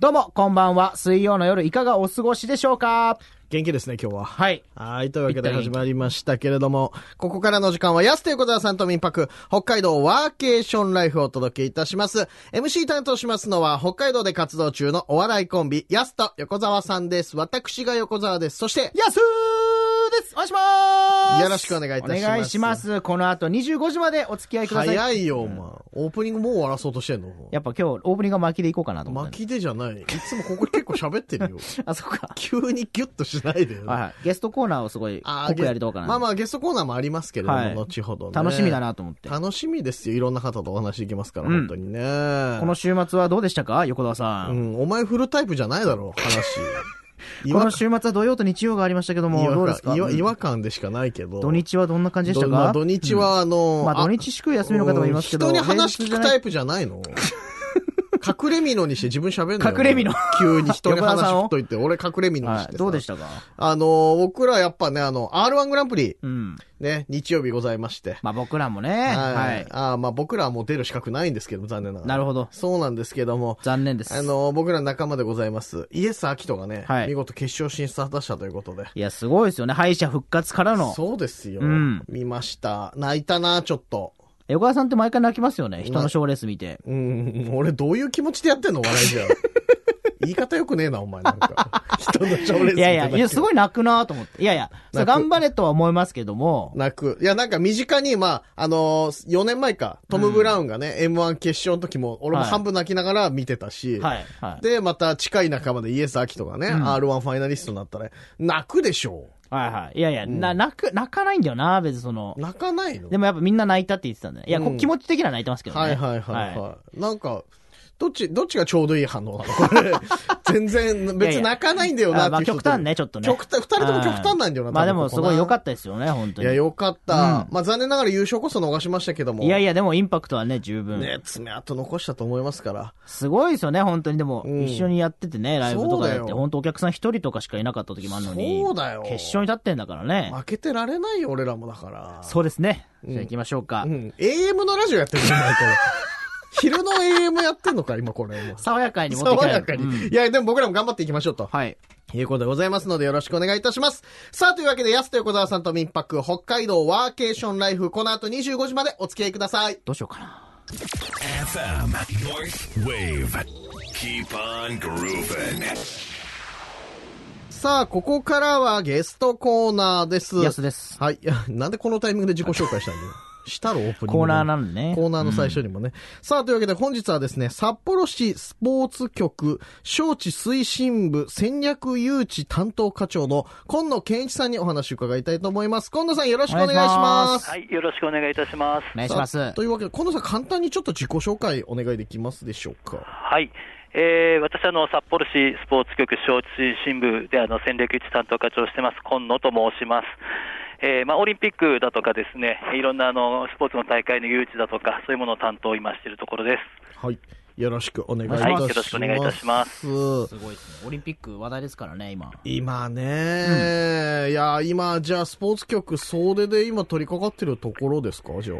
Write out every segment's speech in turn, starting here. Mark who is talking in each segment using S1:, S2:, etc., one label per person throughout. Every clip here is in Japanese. S1: どうも、こんばんは。水曜の夜、いかがお過ごしでしょうか
S2: 元気ですね、今日は。はい。
S1: はい。
S2: というわけで
S1: ぴったり
S2: 始まりましたけれども、ここからの時間は、安手横澤さんと民泊、北海道ワーケーションライフをお届けいたします。MC 担当しますのは、北海道で活動中のお笑いコンビ、安と横澤さんです。私が横澤です。そして、
S1: やすーですお願いします
S2: よろしくお願いいたします
S1: お願いします。この後25時までお付き合いください。
S2: 早いよ、お前。オープニングもう終わらそうとしてんの
S1: やっぱ今日、オープニングは巻きでいこうかなと思って。
S2: 巻きでじゃない。いつもここ結構喋って るよ。
S1: あ、そっか。
S2: 急にギュッとしないでよ。
S1: はいはい。ゲストコーナーをすごい、
S2: あー
S1: 濃くやりとこうかな。
S2: まあまあゲストコーナーもありますけれども、
S1: はい
S2: 後ほどね。
S1: 楽しみだなと思って。
S2: 楽しみですよ。いろんな方とお話できますから、
S1: うん
S2: 本当にね。こ
S1: この、週末はどうでしたか横田さ。
S2: うんん、お前フルタイプじゃないだろう、話。違
S1: この
S2: 和
S1: 週末は土曜と日曜がありましたけども、どうですか
S2: 違和違
S1: うん
S2: 和感でしかないけど。
S1: 土日はどんな感じでした
S2: どまあ
S1: か
S2: 土日は、あ
S1: う
S2: の、
S1: んまあ
S2: あ
S1: 土日祝休みの方もいますけど。
S2: うん人に話聞くタ
S1: イ
S2: イプじゃないの隠れみのにして自分喋んない。
S1: 隠れ蓑。
S2: 急に人に
S1: 横田
S2: 話
S1: さんを
S2: 聞くと 言って、俺隠れみのにしてさ。
S1: どうでしたか
S2: あの、僕らやっぱね、あの、R1 グランプリ、
S1: うん。
S2: ね、日曜日ございまして。
S1: まあ僕らもね、はい。
S2: ああ、まあ僕らはもう出る資格ないんですけど、残念なが
S1: な
S2: ら。
S1: るほど。
S2: そうなんですけども、
S1: 残念です。
S2: あの、僕らの仲間でございます。イエス・アキトがね、
S1: はい
S2: 見事決勝進出を果たしたということで。
S1: いや、すごいですよね。敗者復活からの。
S2: そうですよ、
S1: うん
S2: 見ました。泣いたな、ちょっと。
S1: 横川さんって毎回泣きますよね。人の賞レース見 て。
S2: うん、俺どういう気持ちでやってんの笑い じゃん。言い方よくねえな、お前なんか。人の賞レース
S1: いやいや、いや、す
S2: い。
S1: ごい泣くなと思って。いやいや、それ
S2: 泣く
S1: 頑張れとは思いますけども、
S2: 泣く。いや、なんか身近に、まあ、あのー、4年前か、トム・ブラウンがね、M1 決勝の時も、俺も
S1: はい
S2: 半分泣きながら見てたし、
S1: はい、はい。
S2: で、また近い仲間でイエス・アキトがね、
S1: うん
S2: R1 ファイナリストになったら、泣くでしょ
S1: はい、はい。いやいや、な、泣く、泣かないんだよな別にその
S2: う。。泣かないの
S1: でもやっぱみんな泣いたって言ってたんだよ。いや、こ
S2: うん
S1: 気持ち的には泣いてますけどね。
S2: はいはいはいはい。なんか、どっち、どっちがちょうどいい反応なのこ れ。全然、別に泣かないんだよ
S1: あ
S2: なって
S1: ま
S2: い
S1: あ
S2: う人と
S1: 極端ね、ちょっとね。
S2: 極端、二人とも極端なんだよな、
S1: まあでもすごい良か
S2: っ
S1: ったですよね、本当
S2: いや、
S1: に。
S2: 良かった。まあ残念ながら優勝こそ逃しましたけども。
S1: いやいや、でもインパクトはね、十分。
S2: ね、爪痕残したと思いますから。
S1: すごいですよね、本当に。でも、
S2: うん
S1: 一緒にやっててね、ライブとかやっ
S2: そうだ
S1: て、
S2: よ
S1: 本当お客さん一人とかしかいなかった時もあるのに、
S2: そうだよ。
S1: 決勝に立ってんだからね。
S2: 負けてられないよ、俺らもだから。
S1: そうですね。じゃあ行きましょうか
S2: う。ん。AM のラジオやってるじゃない、これ。 昼の AM やってんのか、今これ。もう
S1: 爽やかに持って
S2: 爽
S1: 帰
S2: や
S1: る
S2: かに。
S1: うん
S2: いや、でも僕らも頑張っていきましょうと。
S1: はい。
S2: いうことでございますのでよろしくお願いいたします。さあ、というわけで、安と横澤さんと民泊、北海道ワーケーションライフ、この後25時までお付き合いください。
S1: どうしようかな。
S3: FM North Wave. Keep on grooving.
S2: さあ、ここからはゲストコーナーです。
S1: 安です
S2: はい。 いやなんでこのタイミングで自己紹介したん だよ。したろ、オープニングで。
S1: コーナーなんでね
S2: コーナーの最初にもね。さあ、というわけで本日はですね、札幌市スポーツ局招致推進部戦略誘致担当課長の今野健一さんにお話を伺いたいと思います。今野さんよろしくお願いし
S1: お願いし
S2: ま。
S1: ます
S4: はい、よろしくお願いいたします。
S1: お願いします。
S2: さあというわけで、このさん、簡単にちょっと自己紹介お願いできますでしょうか。
S4: はい、えー、私あの札幌市スポーツ局招致新部であの戦略一担当課長をしてます今野と申します。えーまあ、オリンピックだとかですね、いろんなあのスポーツの大会の誘致だとか、そういうものを担当今しているところです。
S2: はい。よろしくお願いいたしま
S1: は
S2: す。。
S1: い
S4: よろしくお願いいたしま
S1: す
S4: す
S1: ごいですね。オリンピック話題ですからね、今。
S2: 今ね、いや、今、じゃあ、スポーツ局総出で今取り掛かってるところですかじゃあ。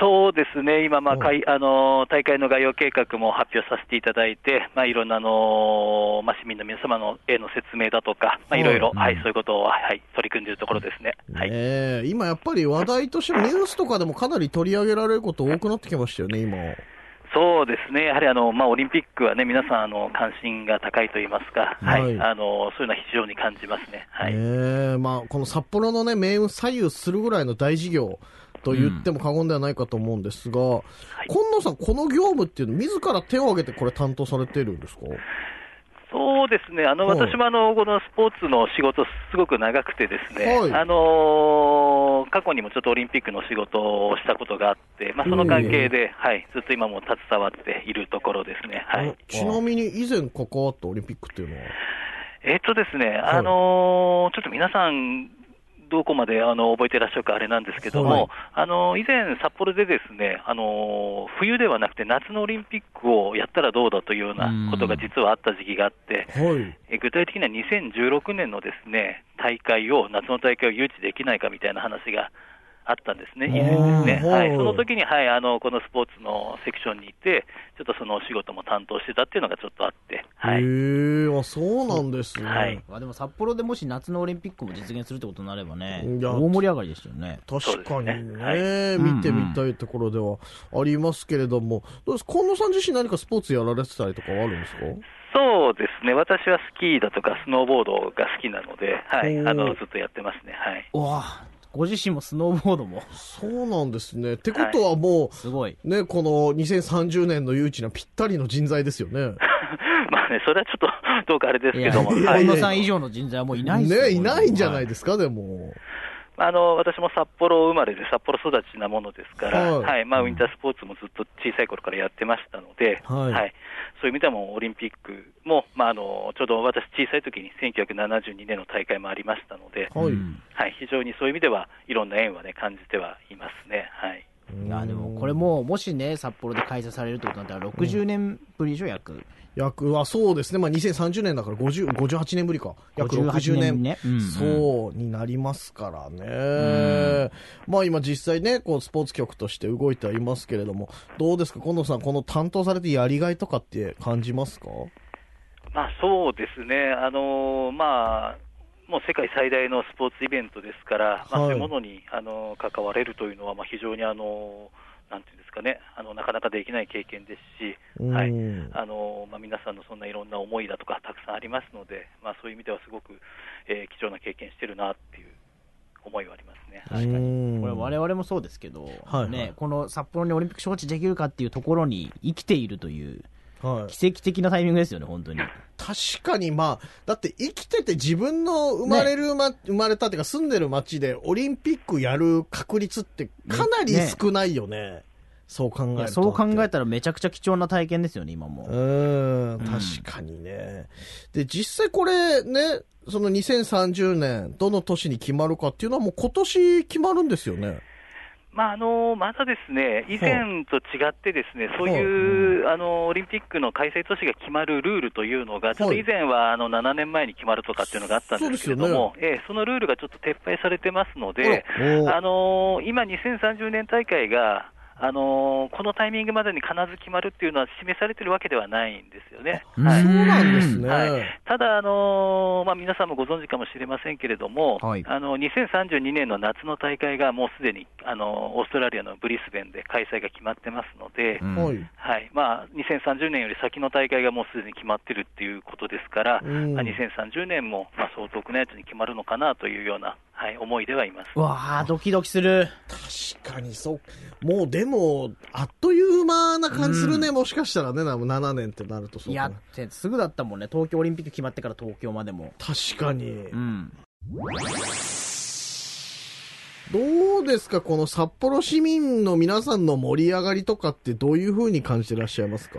S4: そうですね、今、まあ
S2: うん
S4: かいあの、大会の概要計画も発表させていただいて、まあ、いろんなあの、まあ、市民の皆様のへの説明だとか、まあ、いろいろ、
S1: うん
S4: はい、そういうことを、はい、取り組んでいるところですね。はい
S2: ねえ今やっぱり話題としてもニュースとかでもかなり取り上げられること多くなってきましたよね、今。
S4: そうですね、やはりあの、まあ、オリンピックはね、皆さんあの、関心が高いと言いますか、はい
S2: はい
S4: あの、そういうのは非常に感じますね。はい
S2: ねえまあ、この札幌のね、命運左右するぐらいの大事業と言っても過言ではないかと思うんですが、
S4: い
S2: 今野さん、この業務っていうの、自ら手を挙げてこれ担当されてるんですか
S4: そうですね、あの
S2: はい
S4: 私もあのこのスポーツの仕事、すごく長くてですね、
S2: はい
S4: あのー過去にもちょっとオリンピックの仕事をしたことがあって、まあ、その関係で、はい、ずっと今も携わっているところですね。は
S2: あ
S4: い
S2: ちなみに以前関わったオリンピックっていうのは、
S4: えっとですね、
S2: い
S4: あのーちょっと皆さん、どこまであの覚えてらっしゃるかあれなんですけども、
S2: はい
S4: あのー以前、札幌でですね、あのー冬ではなくて夏のオリンピックをやったらどうだというようなことが実はあった時期があって、
S2: はい。
S4: え具体的には2016年のですね大会を、夏の大会を誘致できないかみたいな話があったんですね、以
S2: ー
S4: 前ですね、はい、
S2: ほう
S4: その時にはい、あのこのスポーツのセクションにいて、ちょっとそのお仕事も担当してたっていうのがちょっとあって、は
S2: へ
S4: い、
S2: え、あ、そうなんですね。
S4: はい
S1: あでも札幌でもし夏のオリンピックも実現するってことになればね、
S2: いや
S1: 大盛り上がりでしたよね。
S2: 確かにね
S4: そうですねは
S2: 見てみたいところではありますけれども、どうです近野さん自身何かスポーツやられてたりとかはあるんですか
S4: そうですね、私はスキーだとかスノーボードが好きなので、はい、
S2: おー
S4: あのずっとやってますね、はい。
S1: うわご自身もスノーボードも、
S2: そうなんですね。ってことはも
S1: すごい。
S2: う、ね、この2030年の誘致にはぴったりの人材ですよね。
S4: まあね、それはちょっと どうかあれですけども、
S1: いや
S4: はい
S1: 近野さん以上の人材は もういないですよ
S2: ね、いないんじゃない
S1: す
S2: ですか、でも。
S4: あの私も札幌生まれで札幌育ちなものですから、
S2: はい
S4: はいまあ、ウィンタースポーツもずっと小さい頃からやってましたので、
S2: はい
S4: そういう意味ではもうオリンピックも、まあ、あのちょうど私、小さい時に1972年の大会もありましたので、
S2: はい。
S4: はい、非常にそういう意味ではいろんな縁は、ね、感じてはいますね。はい
S1: いやでもこれももしね札幌で開催されるってことになったら60年ぶりでしょ約
S2: 約はそうですね、まあ、2030年だから50 58年ぶりか、約60
S1: 58年
S2: 年、
S1: ねうんうん
S2: そうになりますからね、まあ今、実際ね、こうスポーツ局として動いてはいますけれども、どうですか、近藤さん、この担当されてやりがいとかって感じますか
S4: まあ、そうですね、あのまあ、もう世界最大のスポーツイベントですから、まあ、
S2: はい
S4: そういうものに、あの関われるというのは、まあ、非常に、あのなんていうんですかねあの、なかなかできない経験ですし、は
S2: う
S4: い
S2: ん
S4: あのまあ、皆さんのそんないろんな思いだとか、たくさんありますので、まあ、そういう意味ではすごく、えー貴重な経験してるなっていう思いはありますね。
S1: 確か
S2: うん
S1: にこれ我々もそうですけど、
S2: はい
S1: ね、この札幌にオリンピック招致できるかっていうところに生きているという
S2: はい、
S1: 奇跡的なタイミングですよね本当に
S2: 確かにまあ、だって生きてて自分の生まれる、ま生まれたっていうか住んでる町でオリンピックやる確率ってかなり
S1: ねね
S2: 少ないよね。そう考え
S1: い
S2: る
S1: や
S2: と。
S1: そう考えたらめちゃくちゃ貴重な体験ですよね今も、
S2: うーん、確かにね。で、実際これね、その2030年、どの年に決まるかっていうのはもう今年決まるんですよね。
S4: まああのまだですね、以前と違って、ですねそういう、あのオリンピックの開催都市が決まるルールというのが、ちょっと以前はあの7年前に決まるとかっていうのがあったんですけれども、ええそのルールがちょっと撤廃されてますので、
S2: あらおー
S4: あの今、2030年大会が、あのこのタイミングまでに必ず決まるっていうのは示されてるわけではないんですよね。
S1: うん
S4: はい
S2: そうなんですね。
S4: はい、ただ、あのーまあ、皆さんもご存知かもしれませんけれども、
S1: はい
S4: あの2032年の夏の大会がもうすでに、あのオーストラリアのブリスベンで開催が決まってますので、
S1: うん
S2: はい。
S4: はいまあ、2030年より先の大会がもうすでに決まってるっていうことですから、
S2: うん
S4: まあ、2030年も、まあ、相当なやつに決まるのかなというような、はい、思いではいます。
S1: うわあドキドキする
S2: 確かにそう。もうでも、あっという間な感じするね、もしかしたらね、な7年ってなるとそ
S1: いう
S2: か
S1: や
S2: な。
S1: ってすぐだったもんね東京オリンピック決まってから東京までも
S2: 確かに。
S1: うん
S2: どうですか、この札幌市民の皆さんの盛り上がりとかってどういうふうに感じてらっしゃいますか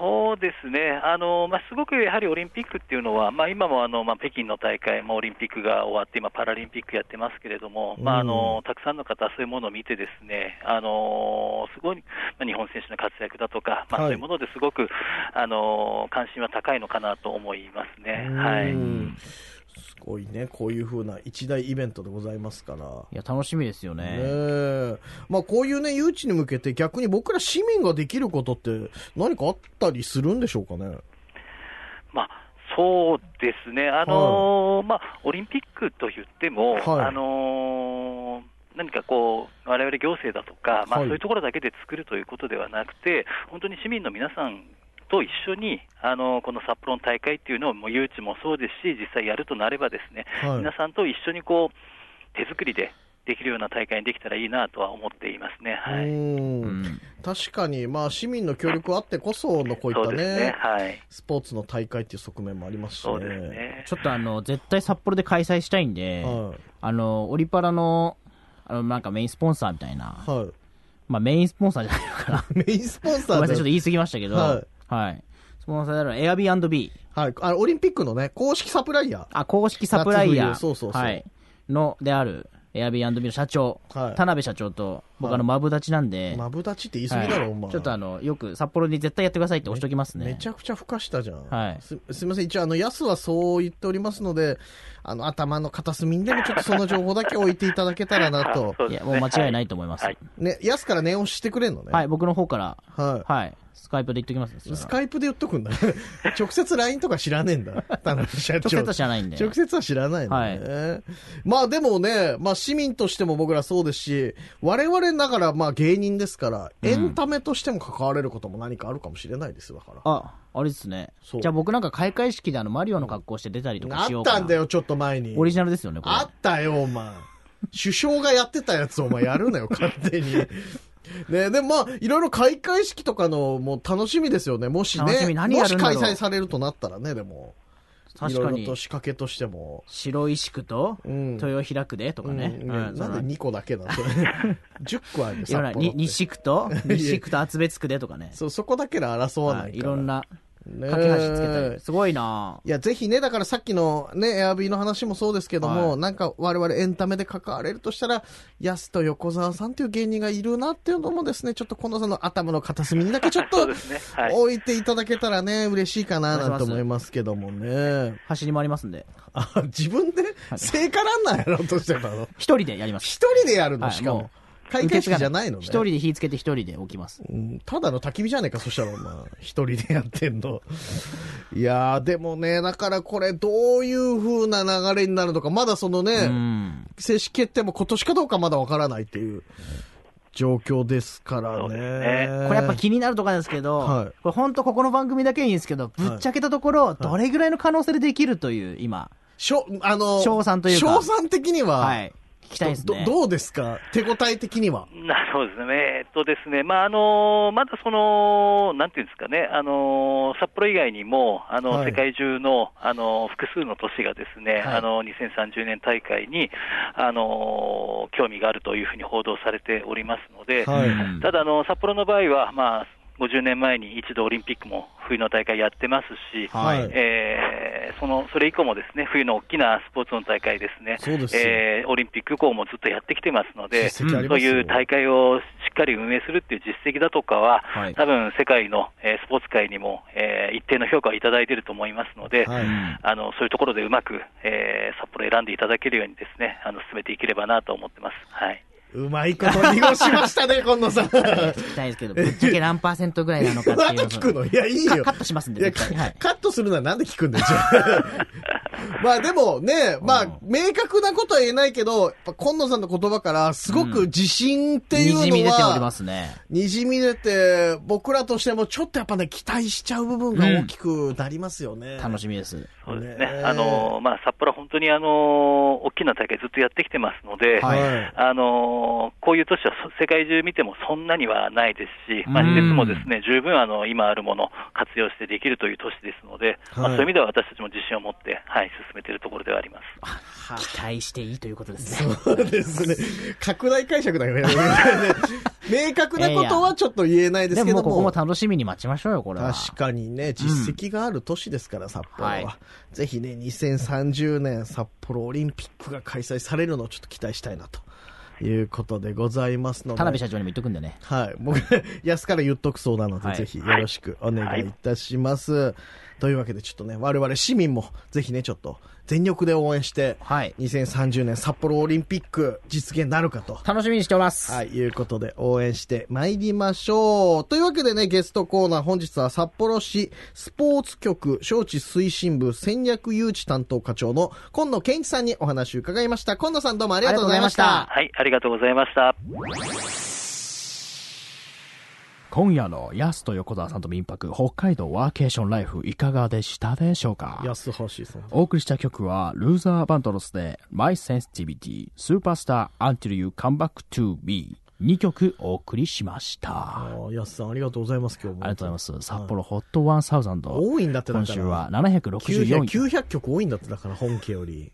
S4: そうですね、あのまあ、すごくやはりオリンピックっていうのは、まあ、今もあの、まあ、北京の大会、まあ、オリンピックが終わって、今、パラリンピックやってますけれども、まあ、あのたくさんの方、そういうものを見て、ですねあのすごい、まあ、日本選手の活躍だとか、まあ、
S2: はい
S4: そういうものですごく、あの関心は高いのかなと思いますね。は
S2: う
S4: い
S2: んすごいね、こういうふうな一大イベントでございますから。
S1: いや楽しみですよ
S2: ね
S1: ね
S2: え。まあこういうね、誘致に向けて逆に僕ら市民ができることって何かあったりするんでしょうかね
S4: まあそうですね、あのーまあ、オリンピックと言っても、
S2: はい
S4: あのー何かこう、我々行政だとか、まあ、
S2: は
S4: そ
S2: いう
S4: いうところだけで作るということではなくて、本当に市民の皆さんと一緒に、あのーこの札幌の大会っていうのを、もう誘致もそうですし、実際やるとなれば、ですね、
S2: はい
S4: 皆さんと一緒にこう手作りでできるような大会にできたらいいなとは思っていますね。は
S2: う
S4: い
S2: ん
S1: うん
S2: 確かに、まあ市民の協力あってこそのこういっ
S4: そ
S2: た
S4: う
S2: ね、
S4: ですね、はい、
S2: スポーツの大会っていう側面もありますしね。
S4: そうですね。
S1: ちょっとあの絶対札幌で開催したいんで、
S2: はい
S1: あのオリパラのあのなんかメインスポンサーみたいな、
S2: は
S1: まあ、メインスポンサーじゃないのかな、
S2: い。メインスポン
S1: ご
S2: サ
S1: めん
S2: ー
S1: なさい、ちょっと
S2: で。
S1: 言い過ぎましたけど、
S2: は
S1: はいい、スポンサーである Airbnb、
S2: はい。あの、オリンピックのね、公式サプライヤー。
S1: あ公式サプライヤー
S2: 夏冬そうそうそう
S1: はい、のである Airbnb の社長、
S2: はい
S1: 田辺社長と、僕、あの、マブダチなんで、
S2: マブダチって言い過ぎだろ、
S1: はい
S2: お前。
S1: ちょっとあの、よく札幌に絶対やってくださいって押しときますね。
S2: めちゃくちゃふかしたじゃん。
S1: はい
S2: すすみません、一応、あの、安はそう言っておりますので、あの、頭の片隅にでもちょっとその情報だけ置いていただけたらな と。
S4: そう
S1: い
S4: で
S1: や、
S4: す
S1: も
S4: ね
S1: う間違いないと思います。は
S4: はいい、
S2: ね、安から念押ししてくれんのね。
S1: 僕の方から、
S2: はい。
S1: はい、スカイプで言っときますねそれは
S2: スカイプで言っとくんだ。 直接 LINE とか知らねえ んだ。田中社長
S1: 直接は知らないんで。
S2: 直接は知らないんだね。まあでもね、まあ市民としても僕らそうですし、我々ながらまあ芸人ですから、エンタメとしても関われることも何かあるかもしれないですよだから。
S1: あ、あれですね。
S2: そう
S1: じゃあ僕なんか開会式であのマリオの格好して出たりとか
S2: あ
S1: しよ
S2: っ
S1: うかな。
S2: たんだ。よ、ちょっと前に。
S1: オリジナルですよね、これ。
S2: あったよ、お前。首相がやってたやつ、お前やる なよ、勝手に。ねでもまあ、いろいろ開会式とかの、もう楽しみですよね。もし
S1: 楽し
S2: ね、
S1: み何
S2: も
S1: やる
S2: し
S1: んだろ
S2: 開
S1: う
S2: 催されるとなったらね、でも。い
S1: 確
S2: ろ
S1: か
S2: いろ
S1: に
S2: と。仕掛けとしても。
S1: 白石区と、
S2: うん
S1: 豊平区でとかね。
S2: うんうん
S1: うん
S2: なんで2個だけなん だ10個あるよ、
S1: いろんな
S2: 札幌
S1: に
S2: って
S1: 西区 と、西区と厚別区でとかね。
S2: そうそこだけで争わないから、
S1: いろんな、
S2: ね
S1: 架け橋つけたり。すごいなぁ
S2: いや、ぜひね、だからさっきのね、エアビーの話もそうですけども、
S1: は
S2: なんか我々エンタメで関われるとしたら、ヤスと横澤さんという芸人がいるなっていうのもですね、ちょっとこのその頭の片隅にだ けちょっ
S4: そ
S2: と
S4: うですねはい
S2: 置いていただけたらね、嬉しいかななんて
S1: お願いします
S2: 思いますけどもね。
S1: 走り回りますんで。
S2: あ、自分で聖火ランナーやろうとしてたの
S1: 一人でやります。
S2: 一人でやるの、
S1: はい
S2: しかも
S1: も。
S2: 開会式じゃないのね。
S1: 一人で火つけて一人で置きます。
S2: うんただの焚き火じゃねえか、そしたら、まあ、一人でやってんの。 いやー、でもね、だからこれ、どういう風な流れになるのか、まだそのね、
S1: うん。
S2: 正式決定も今年かどうかまだわからないっていう状況ですから
S4: そう
S2: ね。
S4: ですね
S1: これやっぱ気になるとかですけど、
S2: はい
S1: これ本当ここの番組だけはいいんですけど、ぶっちゃけたところ、どれぐらいの可能性でできるという、今、
S2: しょ、あの、
S1: 賞賛というか
S2: 賞賛的には、
S1: はい、聞きたいです
S2: ど
S1: ね。
S2: どうですか手応え的には。
S4: なそうですね、えーっとですね、まああのまだその、なんていうんですかね、あの札幌以外にも、あの
S2: はい
S4: 世界中の、あの複数の都市がです
S1: は
S4: ね、
S1: い
S4: あの2030年大会に、あの興味があるというふうに報道されておりますので、
S2: はい
S1: うん
S4: ただあの、札幌の場合は、まあ、50年前に一度オリンピックも冬の大会やってますし、
S1: はい
S2: はい
S4: えーそのそれ以降もですね冬の大きなスポーツの大会ですね、
S2: そうですよ
S4: えーオリンピック以降もずっとやってきてますので、
S2: 実績あり
S4: そ
S2: ま
S4: う
S2: すよ
S4: いう大会をしっかり運営するっていう実績だとかは、
S1: はい
S4: 多分世界の、えースポーツ界にも、えー一定の評価をいただいていると思いますので、
S2: はい
S4: あのそういうところでうまく、えー札幌選んでいただけるようにですねあの進めていければなと思ってます。はいう
S2: まいこと濁しました ね、今野さん。
S1: 聞きたいですけど、ぶっちゃけ何パーセントぐらいなのかって
S2: ま
S1: い
S2: た
S1: う。
S2: 聞くのいや、いいよ。
S1: カカットしますんで
S2: いや、
S1: 絶
S2: カ
S1: 対はい
S2: カットするのはなんで聞くんだよ、じゃ あまあでもね、まあ、明確なことは言えないけど、やっぱ今野さんの言葉から、すごく自信っていうのは、
S1: にじみ出ておりますね。
S2: にじみ出て、僕らとしてもちょっとやっぱね、期待しちゃう部分が大きくなりますよね。
S1: 楽しみです。
S4: そうです
S2: ね
S4: ね。
S2: え
S4: あの、まあ、札幌は本当にあの、大きな大会ずっとやってきてますので、
S2: はい
S4: あの、こういう都市はそ世界中見てもそんなにはないですし、まあ、施設もですね、十分あの、今あるものを活用してできるという都市ですので、まあ
S2: はい
S4: そういう意味では私たちも自信を持って、はい、進めているところではあります。
S1: 期待していいということですね。
S2: そうですね。拡大解釈だよね。 明確なことはちょっと言えないです
S1: で
S2: け
S1: もも
S2: ど
S1: うここ
S2: も
S1: も。楽しみに待ちましょうよ、これは。
S2: 確かにね、実績がある都市ですから、札幌は、
S1: はい
S2: ぜひね、2030年札幌オリンピックが開催されるのをちょっと期待したいなということでございますので。
S1: 田辺社長にも言っとくんでね。
S2: はい。僕、 安から言っとくそうなので、
S1: はい
S2: ぜひよろしくお願いいたします。というわけで、ちょっとね、我々市民も、ぜひね、ちょっと、全力で応援して、
S1: はい
S2: 2030年札幌オリンピック実現なるかと。
S1: 楽しみにしております。
S2: はい、いうことで応援して参りましょう。というわけでね、ゲストコーナー、本日は札幌市スポーツ局招致推進部戦略誘致担当課長の今野健一さんにお話を伺いました。今野さんどうもありがとうございました。
S1: ありがとうございました
S4: はい、ありがとうございました。
S5: 今夜のヤスと横澤さんと民泊北海道ワーケーションライフいかがでしたでしょうか
S2: 安橋さん。
S5: お送りした曲はルーザーバンドロスで My Sensitivity Superstar Until You Come Back to Me 2曲お送りしましたあ
S2: あ安さんありがとうございます、今日も。
S5: りがとうございます札幌ホット1000
S2: 多いんだってだから
S5: 今週は764位
S2: 900曲多いんだってだから本家より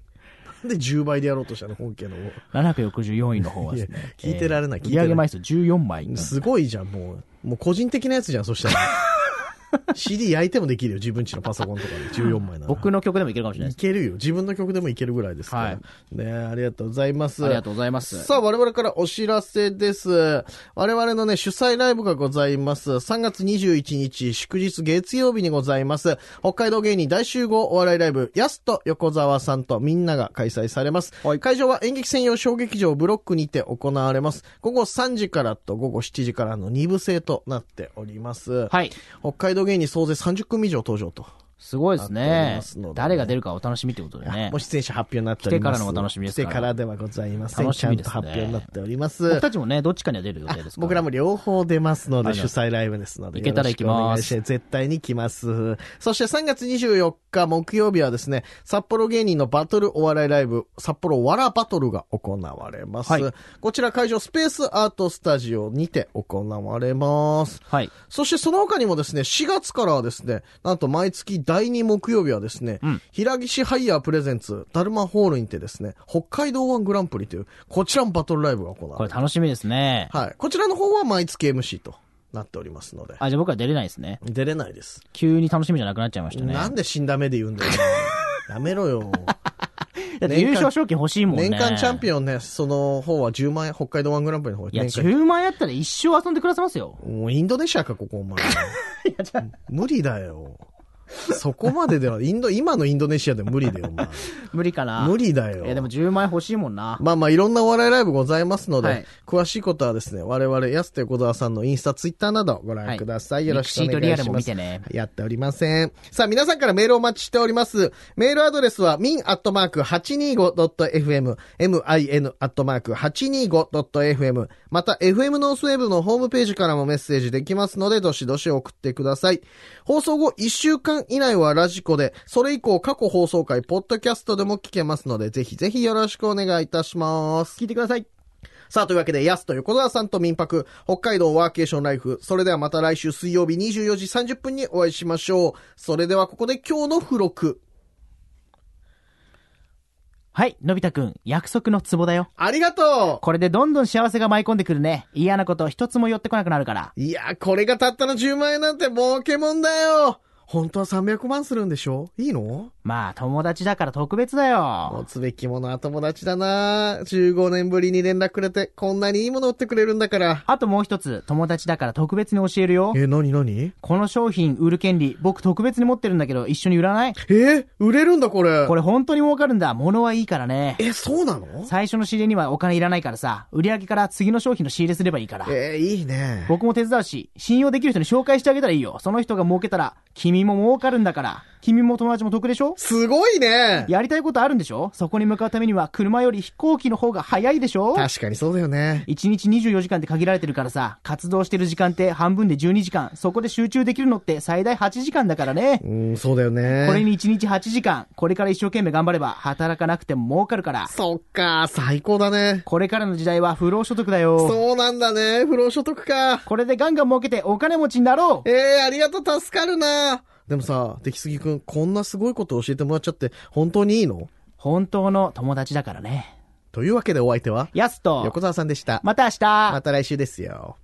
S2: なんで10倍でやろうとしたの本家の
S5: 764位の方はです
S2: いや
S5: ね
S2: 聞いてられない
S5: え
S2: 聞
S5: ー
S2: いてら
S5: 売
S2: れない
S5: 上枚数14枚
S2: すごいじゃんもうもう個人的なやつじゃんそしたら CD 焼いてもできるよ、自分ちのパソコンとかで14枚なら。
S1: 僕の曲でもいけるかもしれない
S2: い
S1: で
S2: けるよ。自分の曲でもいけるぐらいですから。
S1: はい
S2: ねありがとうございます。
S1: す。ありがとうございます。
S2: さあ、我々からお知らせです。我々のね、主催ライブがございます。3月21日、祝日月曜日にございます。北海道芸人大集合お笑いライブ、やすと横澤さんとみんなが開催されます。
S1: はい
S2: 会場は演劇専用小劇場ブロックにて行われます。午後3時からと午後7時からの2部制となっております。
S1: はい。
S2: 北海道芸人総勢30組以上登場と。
S1: すごいです
S2: なっており
S1: ね
S2: ますので。
S1: 誰が出るかお楽しみってことでね
S2: もう。出演者発表になっておりま
S1: 来
S2: す。
S1: てからのお楽しみですから
S2: 来てからではございません。
S1: 楽しみですね
S2: ちゃんと発表になっております。
S1: 僕たちもね、どっちかには出る予定ですから。
S2: 僕らも両方出ますので、
S1: あり
S2: 主
S1: がとう
S2: 催ライブですので。
S1: 行けたら行きます
S2: よろしくお願いし絶対に来ます。そして3月24日木曜日はですね、札幌芸人のバトルお笑いライブ、札幌わらバトルが行われます。
S1: はい
S2: こちら会場スペースアートスタジオにて行われます。
S1: はい。
S2: そしてその他にもですね、4月からはですね、なんと毎月第2木曜日はですね、平岸ハイヤープレゼンツ、ダルマホールにてですね、北海道ワングランプリという、こちらもバトルライブが行わ
S1: こ
S2: れ
S1: れ楽しみですね。
S2: はい。こちらの方は毎月 MC となっておりますので。
S1: あ、じゃあ僕は出れないですね。
S2: 出れないです。
S1: 急に楽しみじゃなくなっちゃいましたね。
S2: なんで死んだ目で言う んだよ。やめろよ。
S1: だって優勝賞金欲しいもんね。
S2: 年間チャン
S1: オン。
S2: ピオンね、その方は10万円、北海道ワングランプリの方
S1: いや、
S2: 年間。
S1: 10万円あったら一生遊んで暮らせますよ。
S2: もうインドネシアか、ここ、お前。無理だよ。そこまででは、インド、今のインドネシアで無理だよ、お前。
S1: 無理かな。
S2: 無理だよ。
S1: いや、でも10万円欲しいもんな。
S2: まあまあいろんなお笑いライブございますので、
S1: はい
S2: 詳しいことはですね、我々、安手小沢さんのインスタ、ツイッターなどご覧くださ
S1: は
S2: い。
S1: い
S2: よろしくお願いします。
S1: ミクシーとリアルも見てね
S2: やっておりません。さあ皆さんからメールをお待ちしております。メールアドレスは min.825.fm、min.825.fm、また FM ノースウェブのホームページからもメッセージできますので、どしどし送ってください。放送後1週間以内はラジコで、それ以降過去放送回、ポッドキャストでも聞けますので、ぜひぜひよろしくお願いいたします。
S1: 聞いてください。
S2: さあ、というわけで、ヤスと横澤さんと民泊、北海道ワーケーションライフ。それではまた来週水曜日24時30分にお会いしましょう。それではここで今日の付録。
S1: はい、のび太くん、約束のツボだよ。
S2: ありがと
S1: これでどんどん幸せが舞い込んでくるね。嫌なこと一つも寄ってこなくなるから。
S2: ういやー、これがたったの10万円なんて儲けもんだよ本当は300万するんでしょいいの
S1: まあ、友達だから特別だよ。
S2: 持つべきものは友達だな15年ぶりに連絡くれて、こんなにいいもの売ってくれるんだから。
S1: あともう一つ、友達だから特別に教えるよ。
S2: え、なになに
S1: この商品売る権利、僕特別に持ってるんだけど、一緒に売らない
S2: え売れるんだこれ。
S1: これ本当に儲かるんだ。物はいいからね。
S2: え、そうなの
S1: 最初の仕入れにはお金いらないからさ、売り上げから次の商品の仕入れすればいいから。
S2: えーいいね。
S1: 僕も手伝うし、信用できる人に紹介してあげたらいいよ。その人が儲けたら、君も儲かるんだから。君も友達も得でしょ
S2: すごいね
S1: やりたいことあるんでしょそこに向かうためには車より飛行機の方が早いでしょ
S2: 確かにそうだよね。
S1: 1日24時間って限られてるからさ、活動してる時間って半分で12時間、そこで集中できるのって最大8時間だからね。
S2: うん、そうだよね。
S1: これに1日8時間、これから一生懸命頑張れば働かなくても儲かるから。
S2: そっか、最高だね。
S1: これからの時代は不労所得だよ。
S2: そうなんだね。不労所得か。
S1: これでガンガン儲けてお金持ちになろう
S2: ええありがとう、助かるな。でもさ、出来すぎくん、こんなすごいことを教えてもらっちゃって、本当にいいの
S1: 本当の友達だからね。
S2: というわけでお相手は、
S1: やすと、
S2: 横澤さんでした。
S1: また明日
S2: また来週ですよ。